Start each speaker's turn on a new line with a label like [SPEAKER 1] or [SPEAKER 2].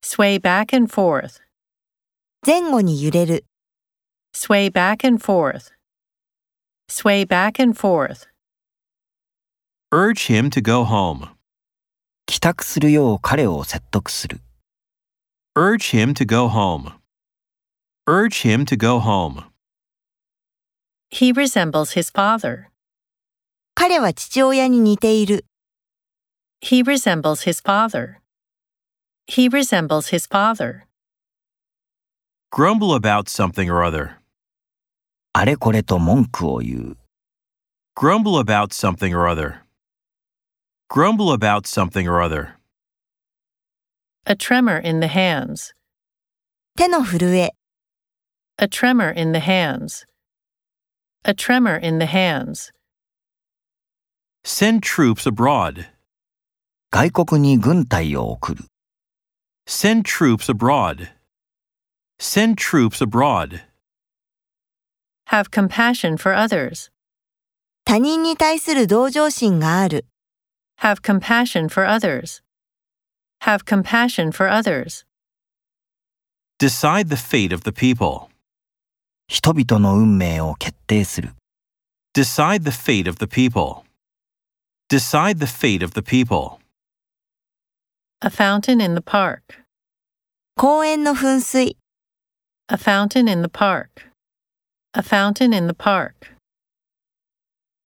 [SPEAKER 1] sway back and forth,
[SPEAKER 2] 前後に揺れる、
[SPEAKER 1] sway back and forth, sway back and forth,
[SPEAKER 3] Urge him to go home.
[SPEAKER 4] 帰宅するよう彼を説得する。
[SPEAKER 3] Urge him to go home. Urge him to go home.
[SPEAKER 1] he resembles his father,
[SPEAKER 2] 彼は父親に似ている、
[SPEAKER 1] he resembles his father, he resembles his father,
[SPEAKER 3] Grumble about something or other.
[SPEAKER 4] あれこれと文句を言う。
[SPEAKER 3] Grumble about something or other. Grumble about something or other.
[SPEAKER 1] a tremor in the hands,
[SPEAKER 2] 手の震え、
[SPEAKER 1] a tremor in the hands, a tremor in the hands,
[SPEAKER 3] Send troops abroad.
[SPEAKER 4] 外国に軍隊を送る。
[SPEAKER 3] Send troops abroad. Send troops abroad.
[SPEAKER 1] have compassion for others,
[SPEAKER 2] 他人に対する同情心がある、
[SPEAKER 1] have compassion for others, have compassion for others,
[SPEAKER 3] Decide the fate of the people.
[SPEAKER 4] 人々の運命を決定する。
[SPEAKER 3] Decide the fate of the people. Decide the fate of the people.
[SPEAKER 1] a fountain in the park,
[SPEAKER 2] 公園の噴水。
[SPEAKER 1] a fountain in the park, a fountain in the park.